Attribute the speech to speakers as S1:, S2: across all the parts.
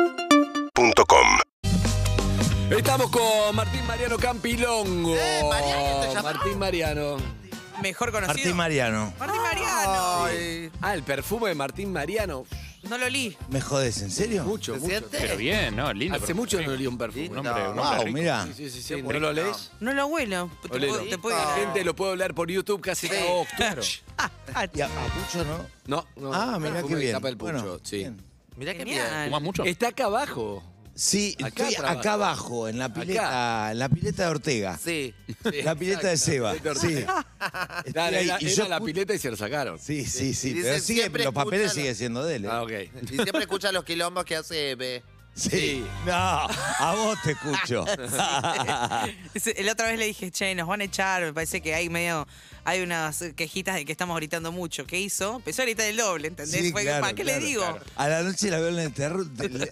S1: UrbanaPlayFM.com
S2: Estamos con Martín Mariano Campilongo.
S3: Eh, Mariano te llamaba.
S2: Martín Mariano.
S3: Mejor conocido.
S4: Martín Mariano.
S3: Martín Mariano.
S5: Ay,
S2: Ah, el perfume de Martín Mariano.
S3: No lo li.
S4: ¿Me jodés? ¿En serio?
S2: Mucho,
S5: ¿se
S2: mucho.
S5: siente?
S6: Pero bien, ¿no? Lindo.
S2: Hace mucho no olía un perfume.
S5: Lindo.
S6: Un hombre, un hombre
S4: Wow,
S6: rico.
S4: mira.
S2: Sí, sí, sí, sí. ¿No lo lees?
S3: No lo huelo. Te
S2: Olelo.
S3: puedo- Te puedo
S2: La
S3: ir a-
S2: gente lo puede hablar por YouTube casi
S5: Sí.
S2: cada octubre.
S3: Ah,
S4: Y a, a Pucho no.
S2: No, no.
S4: Ah, mira qué
S2: Perfume de
S4: bien.
S2: tapa del pucho,
S4: Bueno,
S2: sí.
S4: bien.
S5: Mirá qué bien.
S3: genial.
S6: ¿Fumás mucho?
S2: Está acá abajo.
S4: Sí,
S2: Acá
S4: estoy
S2: trabaja.
S4: acá abajo, en la pileta, en la pileta de Ortega.
S5: Sí.
S4: La pileta de Seba.
S2: pileta de
S4: Sí.
S2: Ortega.
S4: Estoy
S2: Claro,
S4: ahí,
S2: era,
S4: y
S2: era
S4: yo
S2: la
S4: escu-
S2: pileta y se la sacaron.
S4: Sí, sí, sí.
S5: Dicen
S4: Pero sigue,
S5: siempre
S4: los papeles
S5: escucha-
S4: sigue siendo de él. ¿eh?
S2: Ah, ok.
S5: Y siempre escucha los quilombos que hace Eve.
S4: Sí. No, a vos te escucho. Ah,
S3: Ese- La otra vez le dije, che, nos van a echar. Me parece que hay medio. Hay unas quejitas de que estamos gritando mucho. ¿Qué hizo? Empezó a gritar el doble, ¿entendés?
S4: Sí,
S3: Fue,
S4: claro,
S3: "Pa, ¿Qué
S4: claro,
S3: le digo?
S4: claro. A la noche la veo en el, teatro,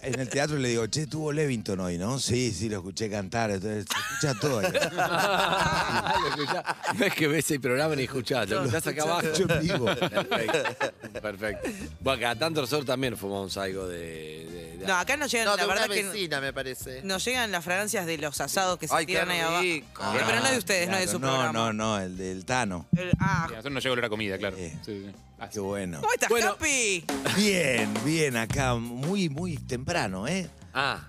S4: en el teatro y le digo, che, tuvo Levington hoy, ¿no? Sí, sí, lo escuché cantar. Entonces, se escucha todo.
S2: Lo escuchá. No es que ves el programa ni escuchás, lo escuchás acá abajo.
S4: Yo en vivo.
S2: Perfecto. Perfecto. Bueno, acá tanto nosotros también fumamos algo de. de- de-
S3: No, acá nos llegan,
S5: No, de
S3: la
S5: una
S3: verdad que.
S5: vecina, me parece.
S3: Nos llegan las fragancias de los asados que se
S5: Ay, qué
S3: tiran ahí abajo.
S5: rico.
S3: Eh, Pero no de ustedes, no de
S4: Claro,
S3: su
S4: no,
S3: programa.
S4: No, no, el del Tano.
S3: El- ah,
S6: Sí, a nosotros nos llegó la comida, claro.
S4: Sí.
S6: Sí, sí. Ah,
S4: Qué bueno.
S3: ¿cómo estás,
S2: Bueno.
S3: Capi?
S4: Bien, bien, acá muy, muy temprano, ¿eh?
S2: Ah.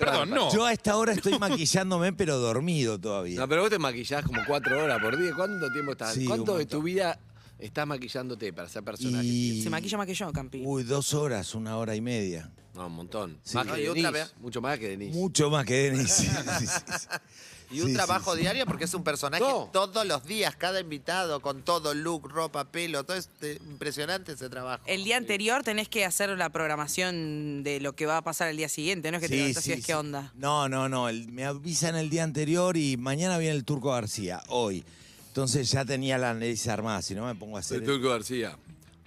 S6: Perdón, no.
S4: Yo a esta hora estoy maquillándome, pero dormido todavía.
S2: Oh. No, pero vos te maquillás como cuatro horas por día. ¿Cuánto tiempo estás?
S4: Sí,
S2: ¿Cuánto
S4: un
S2: de tu vida estás maquillándote para ser personaje?
S4: Y-
S3: Se maquilla más que yo, Campi.
S4: Uy, dos horas, una hora y media.
S2: No, un montón.
S4: Sí.
S2: Más que
S5: No, y
S2: Denise,
S5: otra vez.
S2: Mucho más que Denise.
S4: Mucho más que Denis. Sí, sí, sí, sí.
S5: Y un
S4: Sí,
S5: trabajo
S4: sí, sí.
S5: diario porque es un personaje
S2: No.
S5: todos los días, cada invitado, con todo, look, ropa, pelo, todo es eh, impresionante ese trabajo.
S3: El día anterior tenés que hacer la programación de lo que va a pasar el día siguiente, no es que te
S4: Sí,
S3: levantás
S4: sí,
S3: y es
S4: sí.
S3: qué onda.
S4: No, no, no. el- me avisan el día anterior y mañana viene el Turco García, hoy. Entonces ya tenía la nariz armada, si no me pongo a hacer...
S2: El Turco García.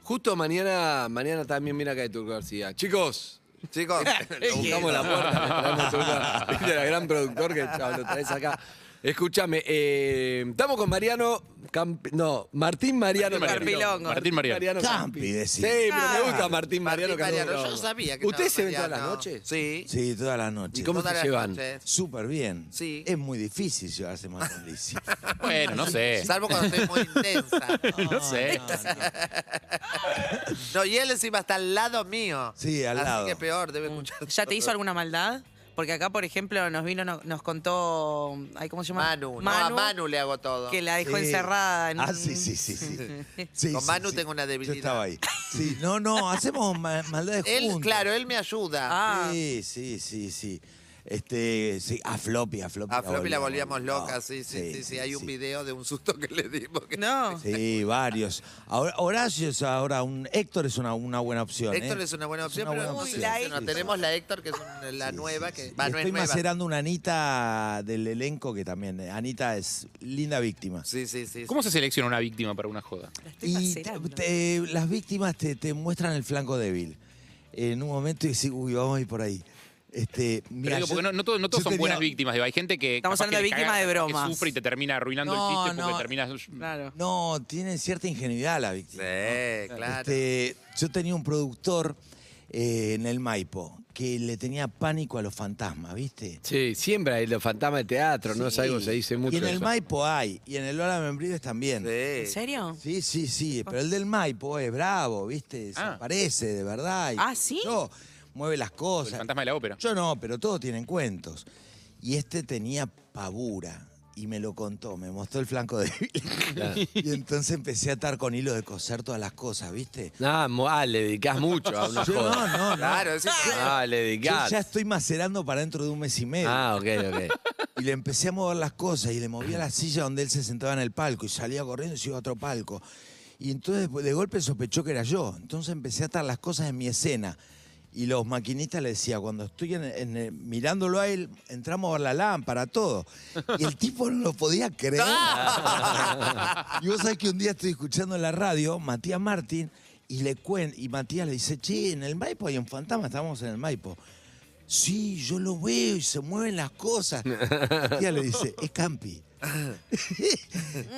S2: Justo mañana, mañana también mira acá el Turco García. Chicos,
S3: Eh,
S5: Chicos,
S2: lo buscamos en la puerta, le traemos al Turco- viste, era gran productor que chao, lo traes acá. Escúchame, eh, estamos con Mariano Camp- no, Martín Mariano
S6: Martín
S3: Campilongo.
S6: Martín Mariano.
S4: Campi,
S2: Sí,
S4: decís.
S2: pero me gusta
S3: Ah.
S2: Martín Mariano
S5: Mariano,
S2: Campilongo.
S5: yo sabía que
S2: ¿Ustedes se
S5: estaba
S2: ven todas las
S5: Mariano.
S2: noches?
S5: Sí.
S4: Sí, todas las noches.
S2: ¿Y cómo
S5: Todas
S2: se
S5: las
S2: llevan?
S5: noches.
S4: Súper bien.
S5: Sí.
S4: Es muy difícil llevarse mal con Lizzy.
S6: Bueno, no sé.
S5: Salvo cuando estoy muy intensa.
S6: No sé.
S5: No, y él encima está al lado mío.
S4: Sí, al
S5: Así
S4: lado.
S5: que peor, debe escuchar.
S3: Mm. ¿Ya te hizo alguna maldad? Porque acá, por ejemplo, nos vino, no- nos contó, ay, ¿cómo se llama?
S5: Manu, no, a Manu le hago todo.
S3: que la dejó
S4: Sí.
S3: encerrada. En
S4: Ah,
S3: un-
S4: sí, sí, sí, sí.
S3: Sí.
S4: Sí,
S5: Con
S4: sí,
S5: Manu
S4: sí.
S5: tengo una
S4: Yo
S5: debilidad.
S4: estaba ahí. Sí, no, no, hacemos ma- maldades
S5: Él,
S4: juntos.
S5: claro, él me ayuda.
S3: Ah,
S4: Sí, sí, sí, sí. Este, sí, a Floppy, a Floppy.
S5: a Floppy la volvíamos loca,
S4: no,
S5: sí, sí, sí, sí, Hay un video de un susto que le dimos. que-
S3: no.
S4: Sí, varios. Ahora, Horacio es ahora un. Héctor es una, una buena opción. ¿eh?
S5: Héctor es una buena opción, pero
S3: buena
S5: no sé,
S3: opción,
S5: no
S3: sí, sí.
S5: tenemos la Héctor, que es una- la
S4: Sí,
S5: nueva,
S4: sí,
S5: que
S4: sí.
S5: va,
S4: Y
S5: no es
S4: Estoy
S5: nueva.
S4: macerando una Anita del elenco que también. eh, Anita es linda víctima.
S5: Sí, sí, sí.
S6: ¿Cómo se selecciona una víctima para una joda?
S3: La estoy
S4: Y
S3: macerando.
S4: te- te- las víctimas te, te muestran el flanco débil. En un momento y decís, uy, vamos a ir por ahí. Este,
S6: Pero
S4: mira,
S6: digo,
S4: yo-
S6: porque no, no todos, no todos
S4: yo
S6: son
S4: tenía-
S6: buenas víctimas. digo, hay gente que.
S3: Estamos
S6: capaz
S3: hablando
S6: que
S3: de
S6: le
S3: víctima
S6: cagas,
S3: de
S6: que
S3: bromas.
S6: Sufre y te termina arruinando
S4: No,
S6: el chiste porque
S4: no.
S6: terminas.
S3: Claro.
S4: No, tienen cierta ingenuidad la
S5: Sí,
S4: víctima.
S5: claro.
S4: Este, yo tenía un productor eh, en el Maipo que le tenía pánico a los fantasmas, ¿viste?
S2: Sí, siempre hay los fantasmas de teatro, no es algo que se dice mucho.
S4: Y en el
S2: eso.
S4: Maipo hay, y en el Lola Membrives también.
S3: ¿En
S5: Sí.
S3: serio?
S4: Sí, sí, sí, pero el del Maipo es bravo, ¿viste? Se
S6: Ah.
S4: aparece de verdad. y
S3: Ah, ¿sí?
S4: yo, mueve las
S6: El
S4: cosas.
S6: fantasma de la ópera.
S4: Yo no, pero todos tienen cuentos. Y este tenía pavura y me lo contó, me mostró el flanco débil. y entonces empecé a atar con hilo de coser todas las cosas, ¿viste?
S2: Ah, mo- ah, le dedicás mucho a una
S4: Yo
S2: joda.
S4: no, no, no.
S5: Claro, es
S2: Ah, le
S4: Yo
S2: dedicás.
S4: ya estoy macerando para dentro de un mes y medio.
S2: Ah, ok, ok.
S4: Y le empecé a mover las cosas y le movía la silla donde él se sentaba en el palco y salía corriendo y se iba a otro palco. Y entonces de golpe sospechó que era yo. Entonces empecé a atar las cosas en mi escena. Y los maquinistas le decía, cuando estoy en- en el- mirándolo a él, entramos a ver la lámpara, todo. Y el tipo no lo podía creer. y vos sabés que un día estoy escuchando en la radio, Matías Martín, y le cuen y Matías le dice, che, en el Maipo hay un fantasma, estábamos en el Maipo. Sí, yo lo veo y se mueven las cosas. Y ella le dice, es Campi.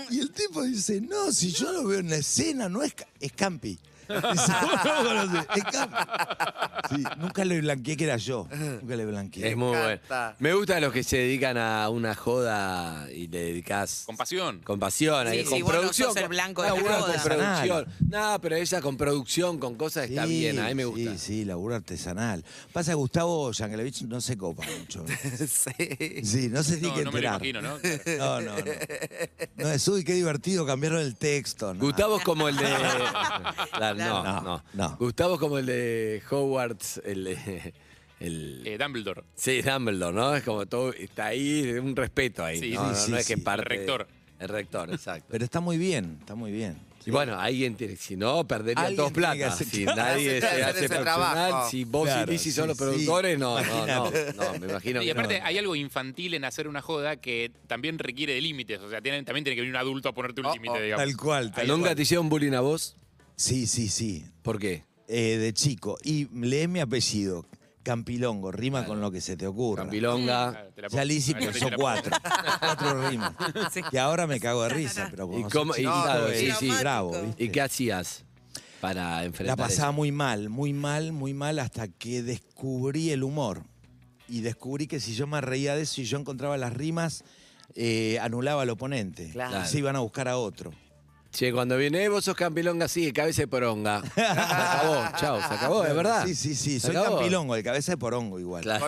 S4: y el tipo dice, no, si yo lo veo en la escena, no es, Ca- es Campi. Dice, "¿Cómo no lo conoces? Es Capi". Sí, nunca le blanqueé que era yo. Nunca le blanqueé.
S2: Es muy bueno.
S5: encanta.
S2: Me gustan los que se dedican a una joda y le dedicás.
S6: Con pasión.
S2: Con pasión, ahí,
S3: Sí,
S2: con
S3: sí, vos no
S2: producción.
S3: sos el
S2: con-
S3: blanco de
S2: no,
S3: la
S2: bueno,
S3: joda.
S2: con producción. No, pero ella con producción, con cosas está
S4: Sí,
S2: bien, a mí me gusta.
S4: Sí, sí, laburo artesanal. Pasa que Gustavo Yankelevich no se copa mucho.
S5: Sí.
S4: Sí, no se tiene
S6: No,
S4: que
S6: no me lo
S4: enterar.
S6: imagino, ¿no? Claro.
S4: No, no, no. No es, uy, qué divertido, cambiaron el texto. ¿no?
S2: Gustavo es como el de. Claro, no,
S4: No,
S2: no,
S4: no.
S2: Gustavo es como el de Howard, el de- el-
S6: Eh, Dumbledore.
S2: sí, Dumbledore, ¿no? Es como todo. Está ahí, un respeto ahí.
S6: Sí,
S2: no,
S6: sí,
S2: no,
S4: sí,
S2: no es que
S4: sí.
S2: parte.
S6: El rector.
S2: El rector, exacto.
S4: Pero está muy bien, está muy bien.
S2: Y bueno, alguien tiene, si no, perderían
S4: Alguien
S2: todos
S4: tiene que
S2: plata.
S4: hacer-
S2: Si
S4: Claro,
S2: nadie
S5: hacer-
S2: se
S5: hacer
S2: hace
S5: ese
S2: profesional,
S5: trabajo.
S2: si vos
S4: Claro,
S2: y Lizzy son
S4: sí,
S2: los
S4: sí.
S2: productores, no, no, no, no, me imagino
S6: Y
S2: que no.
S6: aparte hay algo infantil en hacer una joda que también requiere de límites. O sea, tienen- también tiene que venir un adulto a ponerte un
S5: Oh,
S6: límite,
S5: oh.
S6: digamos.
S4: Tal cual, tal
S2: ¿Nunca
S4: cual.
S2: te hicieron bullying a vos?
S4: Sí, sí, sí.
S2: ¿Por qué?
S4: Eh, de chico. Y lee mi apellido. Campilongo, rima con lo que se te ocurra.
S2: Campilonga.
S6: Ah, te la pongo.
S4: Ya Lizzy
S6: Ah, ya te
S4: puso
S6: la pongo.
S4: cuatro. cuatro rimas.
S3: Sí.
S4: Y ahora me cago de risa.
S2: ¿Y
S4: Pero como
S2: cómo-
S4: soy
S2: y-
S4: chico,
S5: claro,
S4: es
S2: sí, sí.
S4: bravo. ¿viste?
S2: ¿Y qué hacías para
S4: La
S2: enfrentar
S4: pasaba
S2: eso?
S4: muy mal, muy mal, muy mal hasta que descubrí el humor. Y descubrí que si yo me reía de eso y yo encontraba las rimas, eh, anulaba al oponente.
S5: Claro.
S4: Y se iban a buscar a otro.
S2: Che, cuando viene "Eh, vos sos campilonga, sí, cabeza de poronga. Se acabó, chao, se acabó, Oh, es verdad.
S4: Sí, sí, sí.
S2: Se
S4: Soy
S2: acabó.
S4: campilongo, de cabeza de porongo igual.
S2: Claro.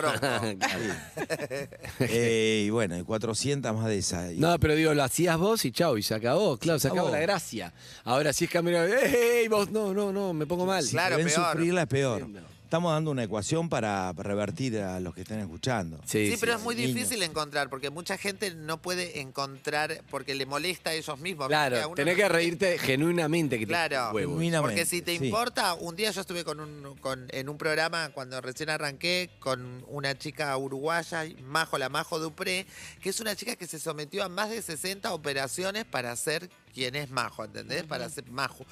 S5: Porongo.
S2: Claro.
S4: Eh, y bueno, y 400 más de esas. Y-
S2: No, pero digo, lo hacías vos y chao, y se acabó, claro, se acabó
S4: acabó.
S2: la gracia. Ahora sí es campilonga, ¡ey, vos! No, no, no, me pongo mal.
S4: Si
S5: Claro,
S4: te ven
S5: peor.
S4: sufrirla es peor. Estamos dando una ecuación para revertir a los que estén escuchando.
S5: Sí, pero es muy
S4: niños.
S5: difícil encontrar, porque mucha gente no puede encontrar, porque le molesta a ellos mismos. Viste, a
S2: Claro,
S5: uno
S2: tenés
S5: no-
S2: que reírte genuinamente que
S5: Claro.
S2: te huevos.
S4: Genuinamente,
S5: Porque si te
S4: sí.
S5: importa, un día yo estuve con un, con- en un programa cuando recién arranqué con una chica uruguaya, Majo la Majo Dupré, que es una chica que se sometió a más de 60 operaciones para ser quien es Majo, ¿entendés? Para ser Majo.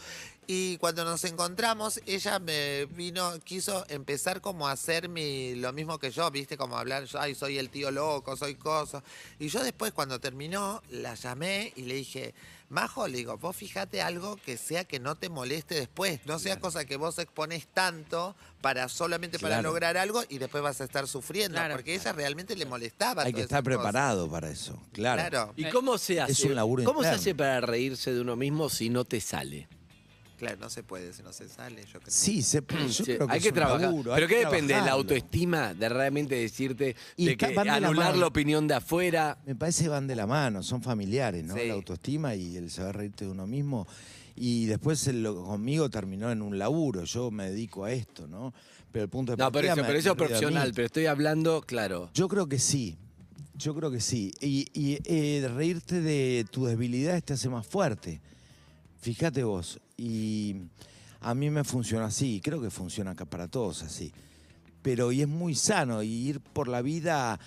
S5: Y cuando nos encontramos, ella me vino, quiso empezar como a hacer mi, lo mismo que yo, ¿viste? Como hablar, yo, ay, soy el tío loco, soy cosa. Y yo después, cuando terminó, la llamé y le dije, Majo, le digo, vos fijate algo que sea que no te moleste después, no sea cosa que vos expones tanto para solamente para
S4: Claro.
S5: lograr algo y después vas a estar sufriendo,
S3: Claro.
S5: porque ella realmente le molestaba.
S4: Hay que
S5: todas
S4: estar
S5: esas cosas.
S4: preparado para eso. Claro.
S5: Claro,
S2: ¿Y cómo se hace?
S4: un laburo
S2: ¿Cómo
S4: interno.
S2: se hace para reírse de uno mismo si no te sale?
S5: claro, no se puede si no se sale, yo creo.
S4: Sí, se, yo
S2: Sí,
S4: creo
S2: hay
S4: es
S2: que
S4: un
S2: trabajar.
S4: laburo, hay
S2: ¿Pero qué
S4: que
S2: depende? ¿La
S4: trabajarlo.
S2: autoestima? ¿De realmente decirte
S4: Y
S2: de que
S4: ca- van de la
S2: anular
S4: mano.
S2: la opinión de afuera?
S4: Me parece que van de la mano, son familiares, ¿no?
S2: Sí.
S4: La autoestima y el saber reírte de uno mismo. Y después el- lo, conmigo terminó en un laburo, yo me dedico a esto, ¿no? Pero el punto de
S2: No, pero
S4: partida
S2: eso,
S4: me-
S2: pero eso es
S4: me río de mí.
S2: profesional, pero estoy hablando, claro.
S4: Yo creo que sí, yo creo que sí. Y, y, eh, reírte de tus debilidades te hace más fuerte. Fíjate vos, y a mí me funciona así, creo que funciona acá para todos así. Pero y es muy sano, y ir por la vida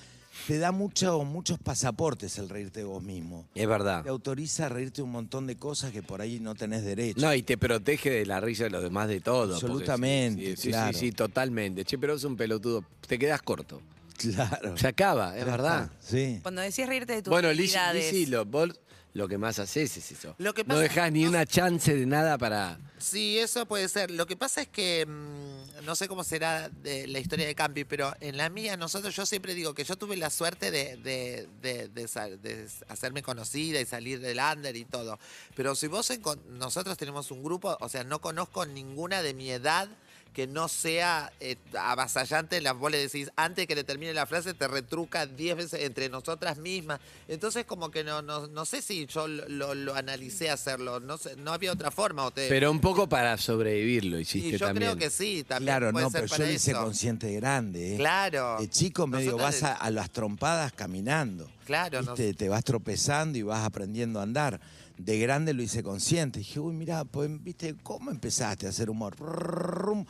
S4: te da mucho, muchos pasaportes el reírte de vos mismo.
S2: Es verdad.
S4: Te autoriza a reírte un montón de cosas que por ahí no tenés derecho.
S2: No, y te protege de la risa de los demás de todo. porque sí,
S4: Absolutamente,
S2: Sí, sí, sí,
S4: claro.
S2: sí, totalmente. Che, pero es un pelotudo. Te quedas corto.
S4: claro.
S2: Se acaba, es verdad.
S4: Sí.
S3: Cuando decís reírte de tus
S2: Bueno, Lizzy,
S3: habilidades,
S2: Lizzy, lo, vos lo que más haces es eso.
S5: Lo que
S2: no
S5: pasa-
S2: dejas ni
S5: no-
S2: una chance de nada para.
S5: Sí, eso puede ser. Lo que pasa es que mm, no sé cómo será de la historia de Campi, pero en la mía, nosotros, yo siempre digo que yo tuve la suerte de, de- de- de sa- de hacerme conocida y salir del under y todo. Pero si vos, encon- nosotros tenemos un grupo, o sea, no conozco ninguna de mi edad que no sea eh, avasallante, la, vos le decís, antes que le termine la frase, te retruca 10 veces entre nosotras mismas. Entonces, como que no, no, no sé si yo lo, lo- lo analicé hacerlo, no, sé, no había otra forma. O te,
S2: Pero un poco para sobrevivir lo hiciste
S5: y yo
S2: también.
S5: creo que sí, también
S4: Claro,
S5: puede
S4: no,
S5: ser
S4: pero yo
S5: para
S4: lo hice
S5: eso.
S4: consciente de grande. ¿eh?
S5: Claro.
S4: De chico medio
S5: Nosotras
S4: vas a, a las trompadas caminando.
S5: Claro,
S4: ¿viste? Te vas tropezando y vas aprendiendo a andar. De grande lo hice consciente. Dije, uy, mirá, pues, ¿viste cómo empezaste a hacer humor? Prrrrum.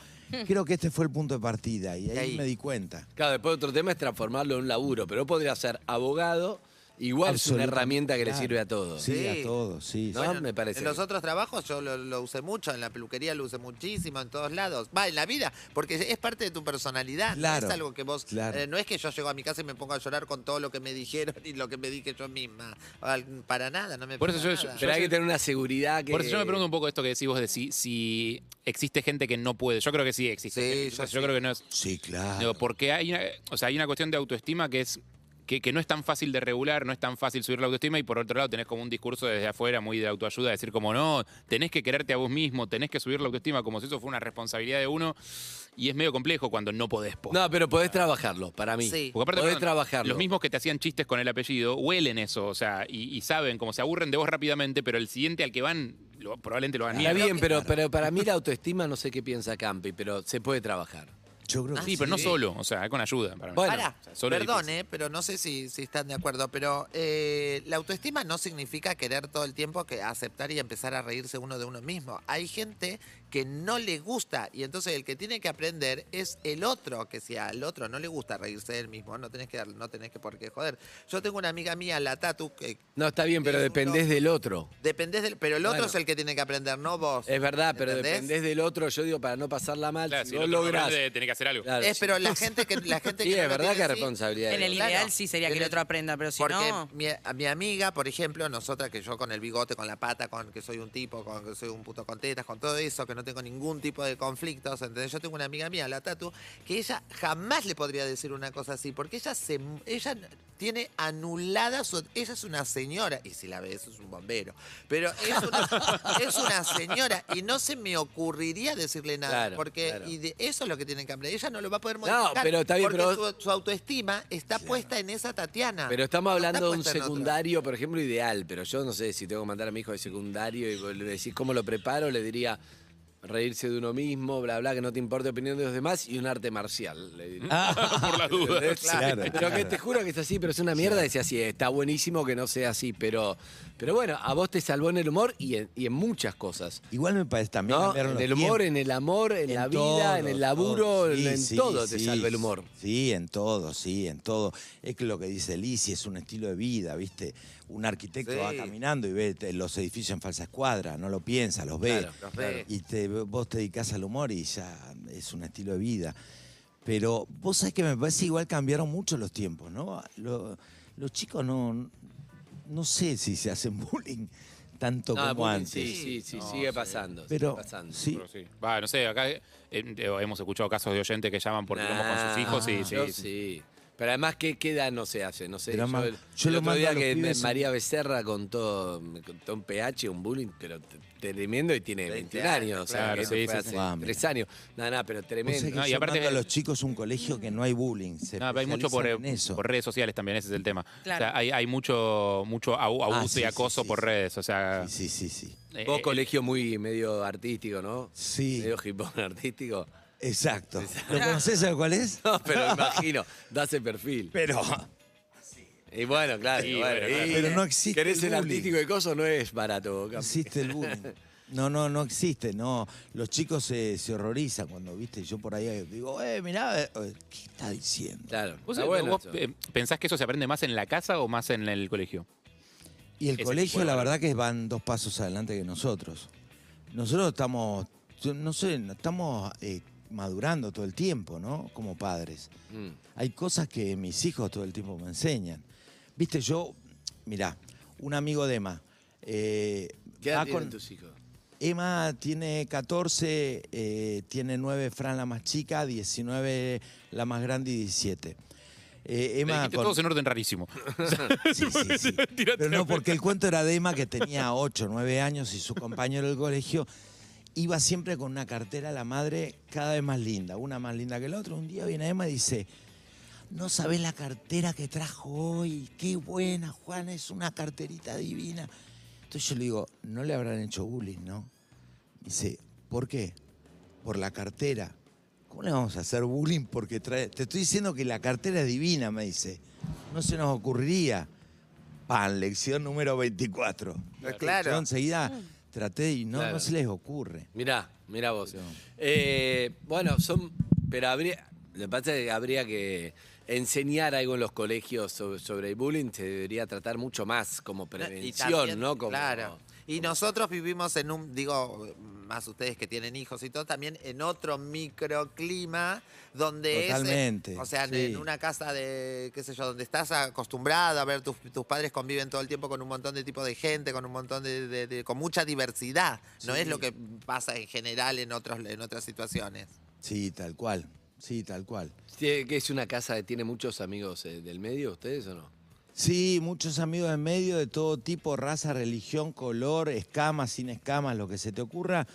S4: Creo que este fue el punto de partida y ahí,
S5: Ahí.
S4: me di cuenta.
S2: Claro, después otro tema es transformarlo en un laburo, pero vos podrías ser abogado Igual es una
S4: Absoluta-
S2: herramienta que le
S4: Claro.
S2: sirve a todos.
S4: Sí,
S5: Sí.
S4: a todos, sí.
S2: No,
S4: sí.
S5: Bueno,
S2: me parece
S5: En
S2: que-
S5: los otros trabajos yo lo, lo usé mucho, en la peluquería lo usé muchísimo, en todos lados. Va, en la vida, porque es parte de tu personalidad.
S4: Claro,
S5: No es algo que vos.
S4: claro.
S5: eh, no es que yo llego a mi casa y me pongo a llorar con todo lo que me dijeron y lo que me dije yo misma. Al- Para nada, no me
S6: Por eso
S5: pasa
S6: yo-
S5: nada.
S2: Pero hay
S6: sé-
S2: que tener una seguridad que.
S6: Por eso yo me pregunto un poco esto que decís vos de si, si existe gente que no puede. Yo creo que sí existe.
S5: Sí,
S6: gente.
S5: yo
S6: yo
S5: sí.
S6: creo que no es.
S4: Sí, claro.
S6: Digo, porque hay una, o sea, hay una cuestión de autoestima que es. Que, que no es tan fácil de regular, no es tan fácil subir la autoestima y por otro lado tenés como un discurso desde afuera muy de autoayuda, decir como no, tenés que quererte a vos mismo, tenés que subir la autoestima, como si eso fuera una responsabilidad de uno y es medio complejo cuando no podés. po.
S2: No, pero podés trabajarlo, para mí.
S5: Sí.
S6: Porque aparte,
S2: podés
S6: perdón,
S2: trabajarlo.
S6: Los mismos que te hacían chistes con el apellido huelen eso, o sea, y, y saben, como se aburren de vos rápidamente, pero el siguiente al que van lo- probablemente lo van
S2: Está bien, pero, pero para mí la autoestima, no sé qué piensa Campi, pero se puede trabajar.
S4: Yo creo que
S6: Ah, Sí, pero no solo, o sea, con ayuda. Para mí.
S2: Bueno.
S5: Pará,
S6: O sea, solo es
S5: perdón,
S6: difícil.
S5: eh, pero no sé si, si están de acuerdo, pero eh, la autoestima no significa querer todo el tiempo que aceptar y empezar a reírse uno de uno mismo. Hay gente que no le gusta y entonces el que tiene que aprender es el otro, que si al otro no le gusta reírse de él mismo, no tenés que dar- no tenés que por qué joder. Yo tengo una amiga mía, la Tatu, que
S2: No, está bien, pero
S5: Es
S2: dependés
S5: uno-
S2: del otro.
S5: dependés del, pero el otro
S2: Bueno.
S5: es el que tiene que aprender, no vos.
S2: Es verdad, pero
S5: ¿Entendés?
S2: dependés del otro. Yo digo, para no pasarla mal,
S6: Claro,
S2: si,
S6: si
S2: vos
S6: el otro no
S2: lográs.
S6: aprende, tenés que hacer algo.
S2: Claro,
S5: Es,
S2: si-
S5: pero la gente que la gente
S2: Sí,
S5: que no
S2: es
S5: lo
S2: verdad
S5: tiene
S2: que es
S5: así,
S2: responsabilidad.
S3: En
S2: de
S3: el
S2: los-
S5: Claro.
S3: ideal sí sería que el
S5: En el-
S3: otro aprenda, pero si
S5: Porque
S3: no.
S5: mi, a mi amiga, por ejemplo, nosotras que yo con el bigote, con la pata, con que soy un tipo, con que soy un puto con tetas, con todo eso, que no tengo ningún tipo de conflictos, ¿entendés? Yo tengo una amiga mía, la Tatu, que ella jamás le podría decir una cosa así, porque ella se ella tiene anulada su ella es una señora, y si la ves es un bombero, pero es una, es una señora y no se me ocurriría decirle nada,
S2: Claro,
S5: porque
S2: claro.
S5: y de- eso es lo que tienen que aprender. Ella no lo va a poder
S2: No,
S5: modificar.
S2: pero está bien,
S5: porque
S2: pero vos-
S5: su, su autoestima está puesta en esa Tatiana.
S2: Pero estamos
S5: No Ah. está
S2: hablando de un
S5: puesta en otra.
S2: secundario, por ejemplo, ideal. Pero yo no sé si tengo que mandar a mi hijo de secundario y vos le decís cómo lo preparo, le diría reírse de uno mismo, bla, bla, que no te importe opinión de los demás y un arte marcial. le diría.
S6: por las dudas.
S2: ¿Entendés?
S4: Ah, Claro,
S2: pero
S4: claro.
S2: que este te juro que es así, pero es una mierda que sea así. Está buenísimo que no sea así, pero, pero bueno, a vos te salvó en el humor y en, y en muchas cosas.
S4: Igual me parece también
S2: ¿no?
S4: cambiaron
S2: En
S4: los
S2: el humor,
S4: tiempos.
S2: en el amor, en, la vida, en
S4: todo,
S2: el laburo,
S4: todo. Sí,
S2: en
S4: sí,
S2: todo te
S4: sí,
S2: salva el humor.
S4: Sí, en todo, sí, en todo. Es que lo que dice Lisi es un estilo de vida, ¿viste? Un arquitecto
S5: Sí.
S4: va caminando y ve te- los edificios en falsa escuadra, no lo piensa, los ve.
S2: Claro,
S5: los ve.
S4: Y te- vos te dedicás al humor y ya es un estilo de vida. Pero vos sabés que me parece igual cambiaron mucho los tiempos, ¿no? Lo- los chicos no. No sé si se hacen bullying tanto
S2: Ah,
S4: como
S2: bullying,
S4: antes.
S2: sí, sí, sí, sigue pasando.
S4: Pero,
S2: sigue pasando.
S4: sí,
S6: Pero sí. Va, no sé, acá eh, eh, hemos escuchado casos de oyentes que llaman por quilombo con sus hijos y sí,
S2: yo
S6: sí.
S2: sí. Pero además, ¿qué, qué edad no se hace? No sé.
S4: Pero
S2: yo,
S4: ma-
S2: el,
S4: yo
S2: el
S4: lo
S2: otro
S4: mando a
S2: día
S4: los
S2: que me-
S4: pibes en-
S2: María Becerra contó, me contó un PH, un bullying, pero t- tremendo y tiene
S5: 20
S2: 21 años. o sea,
S6: claro,
S2: que esto
S6: sí,
S2: fue
S6: sí,
S4: sí.
S2: hace
S4: Ah, mira.
S2: 3 años. Nada, nada, pero
S4: Vos
S2: tremendo.
S4: sabés que
S6: No, y
S4: yo
S6: aparte-
S4: mando a los chicos un colegio que no hay bullying. Se
S6: No, pero hay mucho por,
S4: especializan en eso.
S6: por redes sociales también, ese es el tema.
S3: Claro.
S6: O sea, hay, hay mucho, mucho au- abuso
S4: Ah, sí,
S6: y
S4: sí,
S6: acoso
S4: sí,
S6: por
S4: sí.
S6: redes. O sea,
S4: Sí, sí, sí, sí.
S6: eh,
S2: Vos
S6: eh,
S2: colegio muy medio artístico, ¿no?
S4: Sí.
S2: Medio hipón artístico.
S4: Exacto. ¿Lo conocés, sabes cuál es?
S2: No, pero imagino, das el perfil.
S4: Pero,
S2: Y bueno, claro.
S6: Sí,
S2: bueno,
S6: bueno,
S2: y-
S4: pero no existe
S2: ¿Querés el
S4: bullying.
S2: artístico de coso? No es barato.
S4: no
S2: Campi.
S4: existe el bullying. No, no, no existe, no. Los chicos se, se horrorizan cuando, viste, yo por ahí digo, eh, mirá, eh, ¿qué está diciendo?
S2: Claro.
S6: ¿Vos,
S2: Está bueno
S6: vos,
S2: eso.
S6: eh, pensás que eso se aprende más en la casa o más en el colegio?
S4: Y el
S6: Ese
S4: colegio,
S6: tipo de-
S4: la verdad que van dos pasos adelante que nosotros. Nosotros estamos, yo no sé, estamos eh, madurando todo el tiempo, ¿no? Como padres.
S2: Mm.
S4: Hay cosas que mis hijos todo el tiempo me enseñan. Viste, yo, mirá, un amigo de Emma. eh,
S2: ¿Qué
S4: va
S2: edad tienen
S4: con-
S2: tus hijos?
S4: Emma tiene 14, eh, tiene 9 Fran la más chica, 19 la más grande y 17. Eh,
S6: Me
S4: Emma
S6: dijiste todos en orden rarísimo.
S4: Sí, sí, sí. Pero no, porque el cuento era de Emma que tenía 8, 9 años y su compañero del colegio iba siempre con una cartera a la madre cada vez más linda, una más linda que la otra. Un día viene Emma y dice, no sabés la cartera que trajo hoy, qué buena, Juan, es una carterita divina. Entonces yo le digo, no le habrán hecho bullying, ¿no? Dice, ¿por qué? Por la cartera. ¿Cómo le vamos a hacer bullying? Porque trae... te estoy diciendo que la cartera es divina, me dice. No se nos ocurriría. Pan, lección número 24.
S5: Claro.
S4: Yo enseguida traté y no,
S2: Claro.
S4: no se les ocurre.
S2: Mirá, mirá vos. Eh, bueno, son. Pero habría. Lo que pasa es que habría que enseñar algo en los colegios sobre, sobre el bullying, se debería tratar mucho más como prevención,
S5: también,
S2: ¿no? Como,
S5: claro. Y nosotros vivimos en un, digo, más ustedes que tienen hijos y todo, también en otro microclima donde es.
S4: Totalmente,
S5: eh, O sea, en-
S4: sí.
S5: en una casa de, qué sé yo, donde estás acostumbrado a ver tus, tus padres conviven todo el tiempo con un montón de tipo de gente, con un montón de. de- de- con mucha diversidad. No es lo que pasa en general en, otros, en otras situaciones.
S4: Sí, tal cual. Sí, tal cual.
S2: ¿Tiene- que es una casa que tiene muchos amigos eh, del medio, ustedes o no?
S4: Sí, muchos amigos en medio de todo tipo, raza, religión, color, escamas, sin escamas, lo que se te ocurra.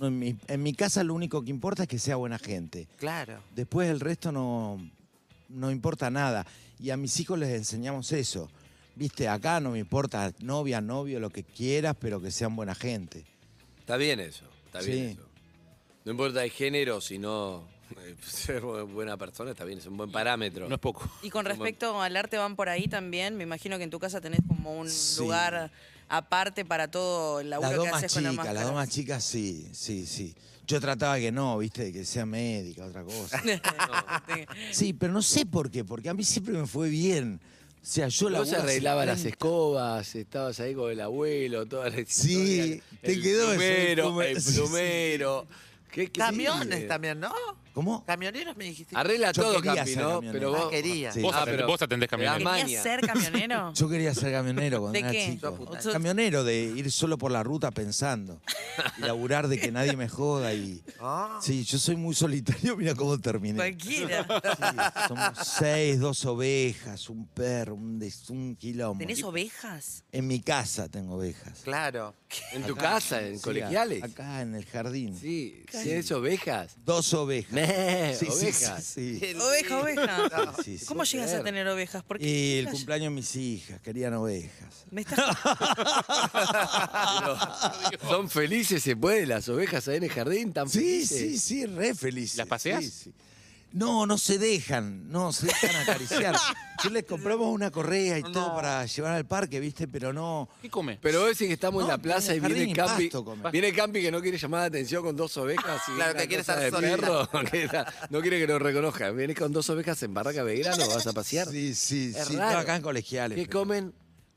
S4: No, En mi, en mi casa lo único que importa es que sea buena gente.
S5: Claro.
S4: Después el resto no, no importa nada. Y a mis hijos les enseñamos eso. Viste, acá no me importa novia, novio, lo que quieras, pero que sean buena gente.
S2: Está bien eso, está bien
S4: Sí.
S2: eso. No importa el género, sino eh, ser bu- buena persona, está bien, es un buen parámetro.
S6: No es poco.
S3: Y con
S2: Como-
S3: respecto al arte, van por ahí también. Me imagino que en tu casa tenés como un
S4: Sí.
S3: lugar aparte para todo el
S4: Las
S3: laburo
S4: dos
S3: que
S4: más
S3: haces con la
S4: chicas,
S3: máscara.
S4: las dos más chicas sí, sí, sí. Yo trataba que no, viste, que sea médica, otra cosa. Sí, pero no sé por qué, porque a mí siempre me fue bien. O sea, yo la
S2: Vos arreglabas las escobas, estabas ahí con el abuelo, toda la historia,
S4: te
S2: el
S4: quedó ese
S2: plumero,
S4: plume-
S2: el
S4: sí, sí.
S2: plumero. ¿Qué- qué-
S5: Camiones
S2: eh,
S5: también, ¿no?
S4: ¿Cómo?
S5: Camioneros me dijiste.
S2: Arregla
S4: Yo
S2: todo,
S4: quería
S2: Campi,
S4: ser
S2: ¿no?
S4: camionero.
S2: Pero
S5: Ah,
S2: vos,
S5: quería.
S4: Sí.
S6: Vos,
S2: Ah,
S6: atendés,
S2: pero-
S6: vos atendés camioneros.
S2: Pero
S3: ¿Querías
S2: Maña.
S3: ser camionero?
S4: Yo quería ser camionero cuando
S3: ¿De
S4: era
S3: qué?
S4: chico.
S5: Yo apunté.
S4: Camionero de ir solo por la ruta pensando. Y laburar de que nadie me joda y.
S5: Ah.
S4: Sí, yo soy muy solitario, mira cómo terminé.
S3: Cualquiera.
S4: Sí, somos seis, dos ovejas, un perro, un, des- un quilombo.
S3: ¿Tenés ovejas?
S4: En mi casa tengo ovejas.
S5: Claro.
S2: en tu
S4: Acá,
S2: casa, en
S4: sí,
S2: colegiales.
S4: Acá en el jardín.
S2: Sí, si es ovejas.
S4: Dos ovejas.
S2: Me,
S4: Sí, sí, sí,
S2: ovejas.
S4: sí.
S5: Qué
S3: Oveja, oveja.
S4: Sí, sí, sí.
S3: ¿Cómo llegas a
S2: Joder.
S3: tener ovejas? ¿Por qué?
S4: Y el cumpleaños de mis hijas, querían ovejas.
S3: Me estás-
S2: Son felices, se puede, las ovejas ahí en el jardín, tan
S4: Sí,
S2: felices.
S4: sí, sí, re felices.
S6: ¿Las paseás?
S4: Sí, sí. No, no se dejan, no se dejan acariciar. Yo les compramos una correa y todo para llevar al parque, ¿viste? Pero no.
S6: ¿Qué come?
S2: Pero hoy sí que estamos en
S4: No,
S2: la plaza y
S4: jardín
S2: viene
S4: y
S2: Campi.
S4: pasto comen.
S2: Viene Campi que no quiere llamar la atención con dos ovejas. Y
S5: Claro,
S2: una
S5: que quiere
S2: cosa
S5: estar
S2: de
S5: solita.
S2: perro, que está- No quiere que lo reconozca. Vienes con dos ovejas en Barraca Belgrano, vas a pasear.
S4: Sí, sí,
S2: Es
S4: sí.
S2: raro.
S4: No, acá en colegiales.
S2: ¿Qué
S4: pero-
S2: comen?